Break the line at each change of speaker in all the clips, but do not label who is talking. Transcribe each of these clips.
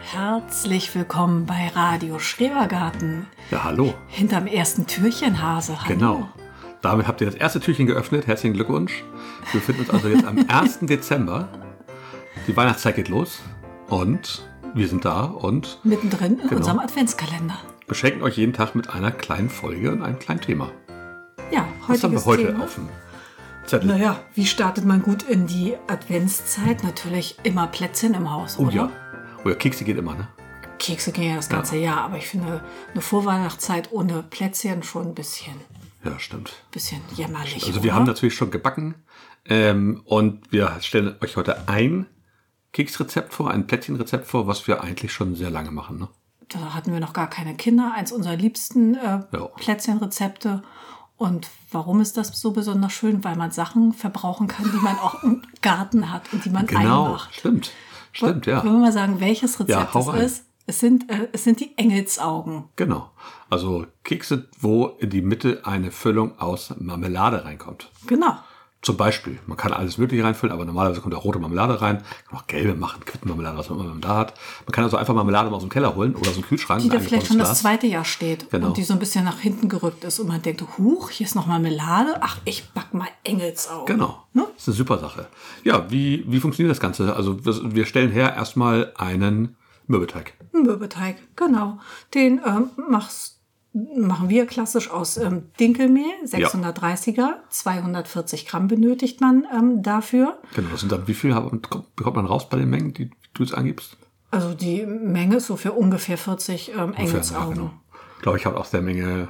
Herzlich willkommen bei Radio Schrebergarten.
Ja, hallo.
Hinterm ersten Türchen, Hase. Hallo.
Genau. Damit habt ihr das erste Türchen geöffnet. Herzlichen Glückwunsch. Wir befinden uns also jetzt am 1. Dezember. Die Weihnachtszeit geht los und wir sind da und
Mittendrin in
Genau.
unserem Adventskalender.
beschenken euch jeden Tag mit einer kleinen Folge und einem kleinen Thema.
Ja,
Was haben wir heute
Thema.
auf dem Zettel?
Naja, wie startet man gut in die Adventszeit? Natürlich immer Plätzchen im Haus,
oh
oder?
ja. Oh ja, Kekse geht immer, ne?
Kekse gehen ja das ganze Jahr, aber ich finde eine Vorweihnachtszeit ohne Plätzchen schon ein bisschen,
Ja, stimmt.
bisschen jämmerlich.
Also wir
oder?
haben natürlich schon gebacken ähm, und wir stellen euch heute ein Keksrezept vor, ein Plätzchenrezept vor, was wir eigentlich schon sehr lange machen. Ne?
da hatten wir noch gar keine Kinder, eins unserer liebsten äh,
Ja.
Plätzchenrezepte. Und warum ist das so besonders schön? Weil man Sachen verbrauchen kann, die man auch im Garten hat und die man
Genau,
einmacht.
stimmt. Stimmt, ja.
Wollen wir mal sagen, welches
Ja,
Rezept
hau
es
rein.
ist? Es sind, äh, es sind die Engelsaugen.
Genau. Also Kekse, wo in die Mitte eine Füllung aus Marmelade reinkommt.
Genau.
Zum Beispiel, man kann alles Mögliche reinfüllen, aber normalerweise kommt da rote Marmelade rein, kann auch gelbe machen, Quittenmarmelade, was man immer da hat. Man kann also einfach Marmelade mal aus dem Keller holen oder aus dem Kühlschrank.
Die
ein
da vielleicht schon das
eingebautes
zweite Jahr steht
Genau.
und die so ein bisschen nach hinten gerückt ist und man denkt, huch, hier ist noch Marmelade. Ach, ich back mal Engelsaugen.
Genau.
Ne?
Das ist eine super Sache. Ja, wie, wie funktioniert das Ganze? Also wir wir stellen her erstmal einen Mürbeteig.
Ein Mürbeteig, genau. Den ähm, machst, machen wir klassisch aus ähm, Dinkelmehl, 630er, 240 Gramm benötigt man ähm, dafür.
Genau. Das sind dann, wie viel hat- kommt bekommt man raus bei den Mengen, die du jetzt angibst?
Also die Menge ist so für ungefähr 40 ähm, Engelsaugen.
genau. Ich glaube, ich habe aus der Menge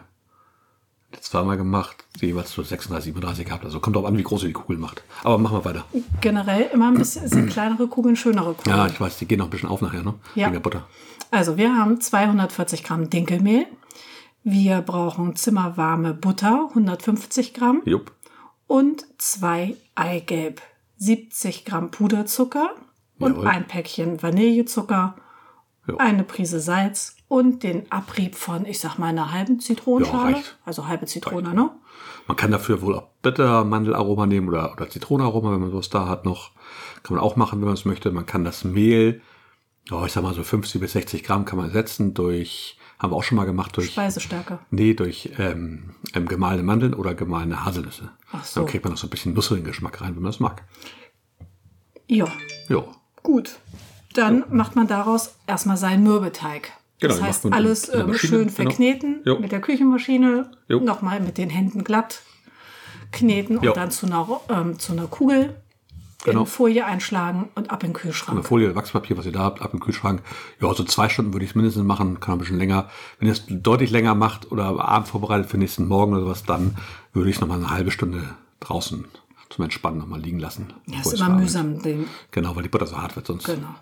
zweimal gemacht, die jeweils so 36, 37 gehabt. Also kommt drauf an, wie groß ihr die Kugel macht. Aber machen wir weiter.
Generell immer ein bisschen sind kleinere Kugeln schönere Kugeln.
Ja, ich weiß, die gehen noch ein bisschen auf nachher, ne?
Ja.
Wegen der Butter.
Also wir haben 240 Gramm Dinkelmehl. Wir brauchen zimmerwarme Butter, 150 Gramm.
Jupp.
und zwei Eigelb, 70 Gramm Puderzucker und
Jawohl.
ein Päckchen Vanillezucker,
Ja.
eine Prise Salz und den Abrieb von, ich sag mal, einer halben Zitronenschale.
Ja, reicht.
also halbe Zitrone, ne?
Man kann dafür wohl auch Bittermandelaroma nehmen oder, oder Zitronenaroma, wenn man sowas da hat noch. Kann man auch machen, wenn man es möchte. Man kann das Mehl, ja, ich sag mal so 50 bis 60 Gramm kann man ersetzen durch, haben wir auch schon mal gemacht, durch,
Speisestärke.
nee, durch ähm, ähm, gemahlene Mandeln oder gemahlene Haselnüsse.
Ach so.
Dann kriegt man noch so ein bisschen nussigen Geschmack rein, wenn man das mag.
Ja,
Ja,
gut. Dann macht man daraus erstmal seinen Mürbeteig.
Genau,
das
den
heißt,
macht man
alles
in der
ähm,
Maschine,
schön
genau.
verkneten
Jo.
mit der Küchenmaschine,
Jo.
nochmal mit den Händen glatt kneten und
Jo.
dann zu einer, Ro- ähm, zu einer Kugel
Genau.
in Folie einschlagen und ab in den Kühlschrank.
eine Folie, Wachspapier, was ihr da habt, ab im Kühlschrank. Ja, so zwei Stunden würde ich es mindestens machen, kann auch ein bisschen länger. Wenn ihr es deutlich länger macht oder am Abend vorbereitet für den nächsten Morgen oder was, dann würde ich es nochmal eine halbe Stunde draußen zum Entspannen nochmal liegen lassen.
Ja,
bevor
ist
ich's
immer
verarbeitet.
mühsam, den,
Genau, weil die Butter so hart wird sonst.
genau.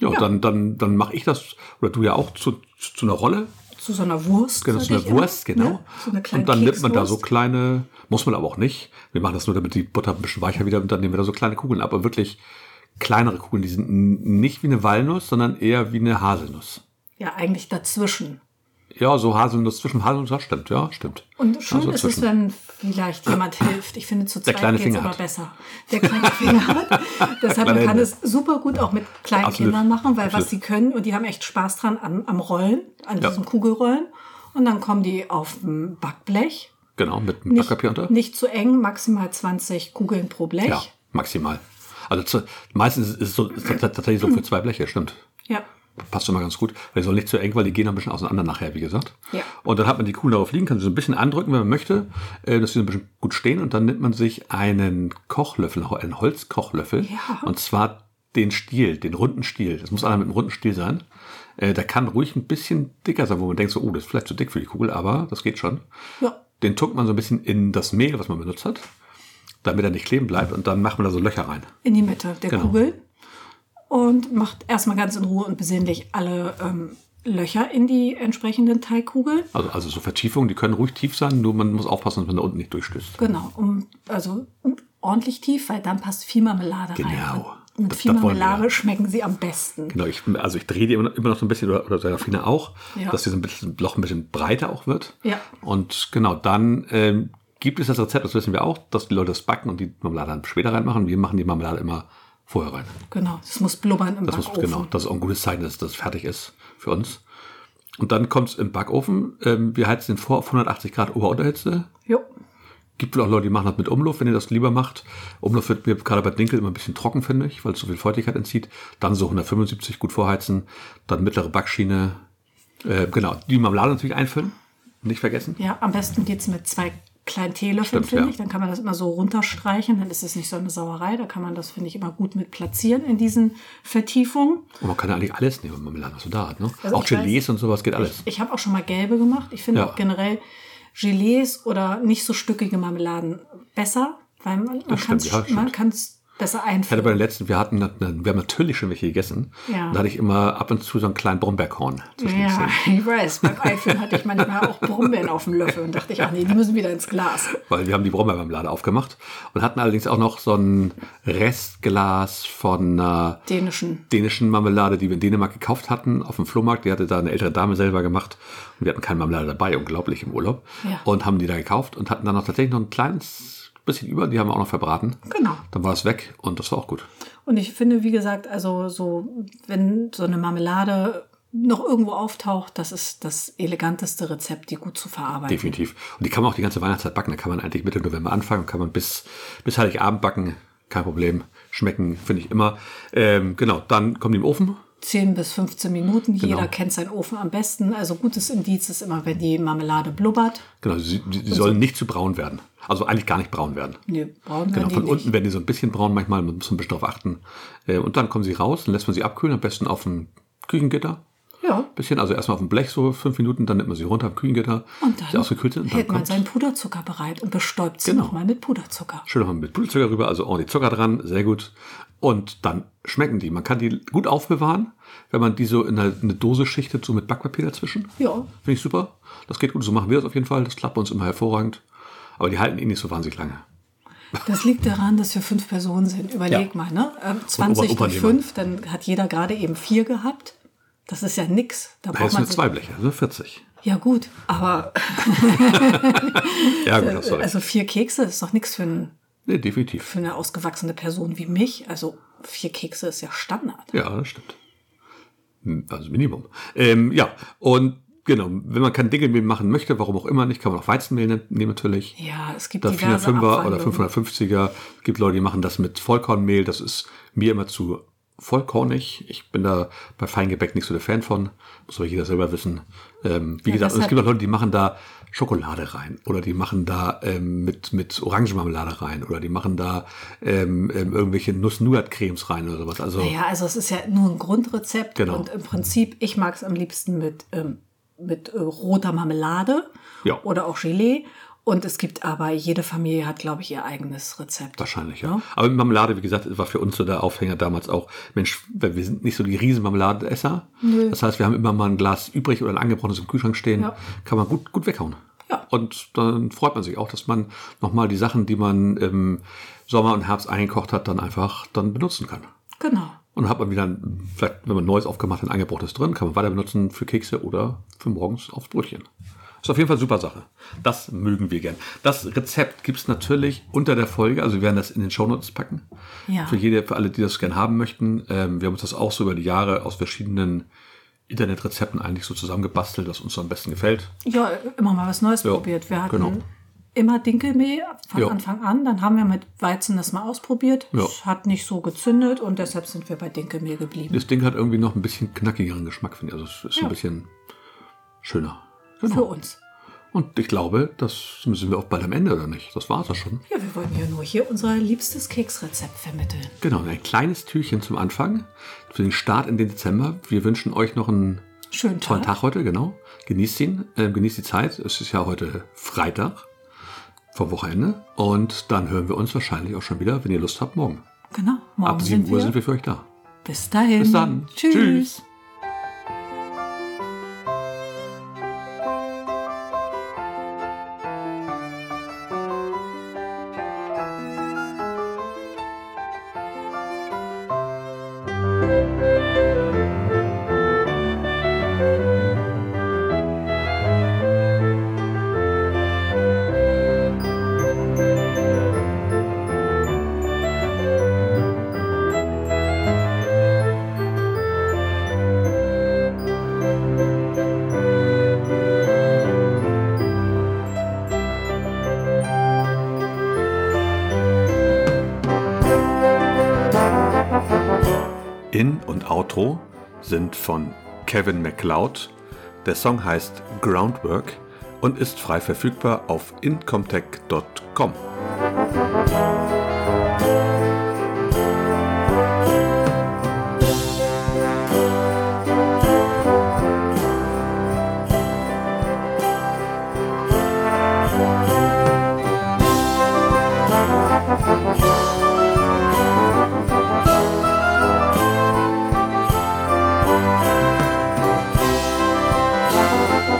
Ja, dann, dann, dann mache ich das, oder du ja auch, zu, zu, zu einer Rolle.
Zu so einer Wurst.
Genau,
sag
zu einer
ich immer,
Wurst, genau.
Ne? So eine kleine
und dann nimmt man da so
Kekswurst.
kleine, muss man aber auch nicht. Wir machen das nur, damit die Butter ein bisschen weicher wieder und dann nehmen wir da so kleine Kugeln. ab. Aber wirklich kleinere Kugeln, die sind n- nicht wie eine Walnuss, sondern eher wie eine Haselnuss.
Ja, eigentlich dazwischen.
Ja, so Haselnuss, zwischen Haselnuss, ja, stimmt, ja, stimmt.
Und schön
Also
ist
zwischen.
es, wenn vielleicht jemand hilft. Ich finde, zu zweit
kleine
geht's
Finger
immer
hat.
besser. Der kleine Finger hat. Deshalb man
kleine
kann
Hände.
es super gut auch mit kleinen
Absolut.
Kindern machen, weil was
Absolut.
sie können und die haben echt Spaß dran am, am Rollen, an
Ja.
diesem Kugelrollen. Und dann kommen die auf ein Backblech.
Genau, mit einem
Nicht,
Backpapier unter.
nicht zu eng, maximal 20 Kugeln pro Blech.
Ja, maximal. Also zu, meistens ist es so, ist tats- tatsächlich so für zwei Bleche, stimmt.
ja.
Passt immer ganz gut. Weil die sollen nicht zu eng, weil die gehen ein bisschen auseinander nachher, wie gesagt.
Ja.
Und dann hat man die Kugeln darauf liegen, kann sie so ein bisschen andrücken, wenn man möchte, äh, dass sie so ein bisschen gut stehen. Und dann nimmt man sich einen Kochlöffel, einen Holzkochlöffel.
Ja.
Und zwar den Stiel, den runden Stiel. Das muss einer mit einem runden Stiel sein. Äh, der kann ruhig ein bisschen dicker sein, wo man denkt so, oh, das ist vielleicht zu dick für die Kugel, aber das geht schon.
Ja.
Den tunkt man so ein bisschen in das Mehl, was man benutzt hat, damit er nicht kleben bleibt. Und dann macht man da so Löcher rein.
in die Mitte der
Genau.
Kugel und macht erstmal ganz in Ruhe und besinnlich alle ähm, Löcher in die entsprechenden Teigkugel.
Also, also so Vertiefungen, die können ruhig tief sein, nur man muss aufpassen, dass man da unten nicht durchstößt.
Genau, um, also ordentlich tief, weil dann passt viel Marmelade rein.
Genau.
Und Mit
Das-
viel
das wollen wir
Marmelade
ja.
schmecken sie am besten.
Genau, ich, also ich drehe die immer noch- immer noch so ein bisschen, oder, oder Serafine auch,
Ja.
dass dieses bisschen, Loch ein bisschen breiter auch wird.
Ja.
Und genau, dann ähm, gibt es das Rezept, das wissen wir auch, dass die Leute das backen und die Marmelade dann später reinmachen. Wir machen die Marmelade immer vorher rein.
Genau, es muss blubbern im
Das muss,
Backofen.
genau, das ist auch ein gutes Zeichen, dass das fertig ist für uns. Und dann kommt es im Backofen. Ähm, wir heizen den vor auf 180 Grad Ober-Unterhitze.
Jo.
Gibt wohl auch Leute, die machen das mit Umluft, wenn ihr das lieber macht. Umluft wird mir gerade bei Dinkel immer ein bisschen trocken, finde ich, weil es so viel Feuchtigkeit entzieht. Dann so 175 gut vorheizen, dann mittlere Backschiene. Äh, genau, die Marmelade natürlich einfüllen, nicht vergessen.
Ja, am besten geht's mit zwei kleinen Teelöffeln,
Stimmt,
finde
ja.
ich. Dann kann man das immer so runterstreichen. Dann ist es nicht so eine Sauerei. Da kann man das, finde ich, immer gut mit platzieren in diesen Vertiefungen.
Und man kann ja eigentlich alles nehmen, Marmelade, was du da hast. Ne?
Also
auch
ich weiß-
Gelees und sowas geht alles.
Ich habe auch schon mal gelbe gemacht. Ich finde
Ja.
auch generell Gelees oder nicht so stückige Marmeladen besser, weil man, man kann
stimmt,
es
ja, stimmt.
besser
Ich hatte bei
einfüllen.
den letzten, wir hatten, wir haben natürlich schon welche gegessen.
Ja.
Und da hatte ich immer ab und zu so einen kleinen Brombeerkorn zwischen den
Ja,
Zähnen.
ich weiß. Beim Einfüllen hatte ich manchmal auch Brombeeren auf dem Löffel und dachte ich, ach nee, die müssen wieder ins Glas.
Weil wir haben die Brombeermarmelade aufgemacht und hatten allerdings auch noch so ein Restglas von äh, einer
Dänischen.
dänischen Marmelade, die wir in Dänemark gekauft hatten, auf dem Flohmarkt. Die hatte da eine ältere Dame selber gemacht und wir hatten keine Marmelade dabei, unglaublich im Urlaub.
Ja.
Und haben die da gekauft und hatten dann noch tatsächlich noch ein kleines bisschen über, die haben wir auch noch verbraten.
Genau.
Dann war es weg und das war auch gut.
Und ich finde, wie gesagt, also so, wenn so eine Marmelade noch irgendwo auftaucht, das ist das eleganteste Rezept, die gut zu verarbeiten.
Definitiv. Und die kann man auch die ganze Weihnachtszeit backen. Da kann man eigentlich Mitte November anfangen und kann man bis, bis Heiligabend backen. Kein Problem. Schmecken, finde ich immer. Ähm, genau, dann kommen die im Ofen.
10 bis 15 Minuten.
Genau.
Jeder kennt seinen Ofen am besten. Also gutes Indiz ist immer, wenn die Marmelade blubbert.
Genau, sie, die, die sollen nicht zu braun werden. Also eigentlich gar nicht braun werden.
Nee, braun
Genau,
werden die
von
nicht.
unten werden die so ein bisschen braun manchmal, man muss ein bisschen drauf achten. Äh, Und dann kommen sie raus, dann lässt man sie abkühlen, am besten auf dem Küchengitter.
Ja.
Bisschen, also erstmal auf dem Blech so fünf Minuten, dann nimmt man sie runter am Küchengitter,
Und
sie
dann
ausgekühlt sind und dann
hält man
kommt
seinen Puderzucker bereit und bestäubt sie
Genau.
nochmal mit Puderzucker.
schön nochmal mit Puderzucker rüber, also ordentlich Zucker dran, sehr gut. Und dann schmecken die. Man kann die gut aufbewahren, wenn man die so in eine, eine Dose schichtet, so mit Backpapier dazwischen.
Ja.
Finde ich super. Das geht gut, so machen wir das auf jeden Fall. Das klappt bei uns immer hervorragend. Aber die halten eh nicht so wahnsinnig lange.
Das liegt daran, dass wir fünf Personen sind. Überleg
Ja.
mal, ne? Ähm, 20
Ober-
durch
Obernehmen.
5, dann hat jeder gerade eben vier gehabt. Das ist ja nix. Da
Da
braucht
ist
man
nur
sich-
zwei Bleche, also 40.
Ja gut, aber
Ja, gut, das soll
also vier Kekse ist doch nichts für, ein,
Nee, definitiv.
für eine ausgewachsene Person wie mich. Also vier Kekse ist ja Standard.
Ja, das stimmt. Hm, Also Minimum. Ähm, ja, und genau, wenn man kein Dinkelmehl machen möchte, warum auch immer nicht, kann man auch Weizenmehl ne- nehmen natürlich.
Ja, es gibt
Da
diverse
405er oder
Abwandlungen.
550er. Es gibt Leute, die machen das mit Vollkornmehl. Das ist mir immer zu vollkornig. Ich bin da bei Feingebäck nicht so der Fan von. Muss aber jeder selber wissen. Ähm, wie
Ja,
gesagt, und es
deshalb-
gibt auch Leute, die machen da Schokolade rein oder die machen da ähm, mit, mit Orangenmarmelade rein oder die machen da ähm, ähm, irgendwelche Nuss-Nougat-Cremes rein oder sowas. Also
Naja, also es ist ja nur ein Grundrezept
Genau.
und im Prinzip, ich mag es am liebsten mit, ähm, mit äh, roter Marmelade
Ja.
oder auch Gelee. Und es gibt aber, jede Familie hat, glaube ich, ihr eigenes Rezept.
Wahrscheinlich, ja. Aber Marmelade, wie gesagt, war für uns so der Aufhänger damals auch. Mensch, weil wir sind nicht so die riesen Marmeladenesser. Das heißt, wir haben immer mal ein Glas übrig oder ein angebrochenes im Kühlschrank stehen.
Ja.
Kann man gut, gut weghauen.
Ja.
Und dann freut man sich auch, dass man nochmal die Sachen, die man im Sommer und Herbst eingekocht hat, dann einfach dann benutzen kann.
Genau.
Und dann hat man wieder, ein- vielleicht, wenn man Neues aufgemacht hat, ein angebrochenes drin, kann man weiter benutzen für Kekse oder für morgens aufs Brötchen. Ist auf jeden Fall eine super Sache. Das mögen wir gern. Das Rezept gibt's natürlich unter der Folge. Also wir werden das in den Shownotes packen.
Ja.
Für jede, für alle, die das gern haben möchten. Ähm, wir haben uns das auch so über die Jahre aus verschiedenen Internetrezepten eigentlich so zusammengebastelt, das uns so am besten gefällt.
Ja, immer mal was Neues probiert. Wir hatten
genau.
immer Dinkelmehl von
Ja.
Anfang an. Dann haben wir mit Weizen das mal ausprobiert.
Ja.
Es hat nicht so gezündet und deshalb sind wir bei Dinkelmehl geblieben.
Das Ding hat irgendwie noch ein bisschen knackigeren Geschmack, finde ich. Also es ist ein bisschen schöner. genau.
Für uns.
Und ich glaube, das sind wir auch bald am Ende, oder nicht? Das war's ja schon.
Ja, wir wollen ja nur hier unser liebstes Keksrezept vermitteln.
Genau, ein kleines Türchen zum Anfang, für den Start in den Dezember. Wir wünschen euch noch einen
Schönen
tollen
Tag.
Tag heute, genau. Genießt ihn, äh, genießt die Zeit. Es ist ja heute Freitag vom Wochenende. Und dann hören wir uns wahrscheinlich auch schon wieder, wenn ihr Lust habt, morgen.
Genau. Morgen
Ab 7
sind,
Uhr
wir.
sind wir für euch da.
Bis dahin.
Bis dann.
Tschüss.
Intro sind von Kevin MacLeod. Der Song heißt Groundwork und ist frei verfügbar auf incomtech.com.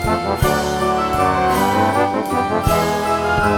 Thank you.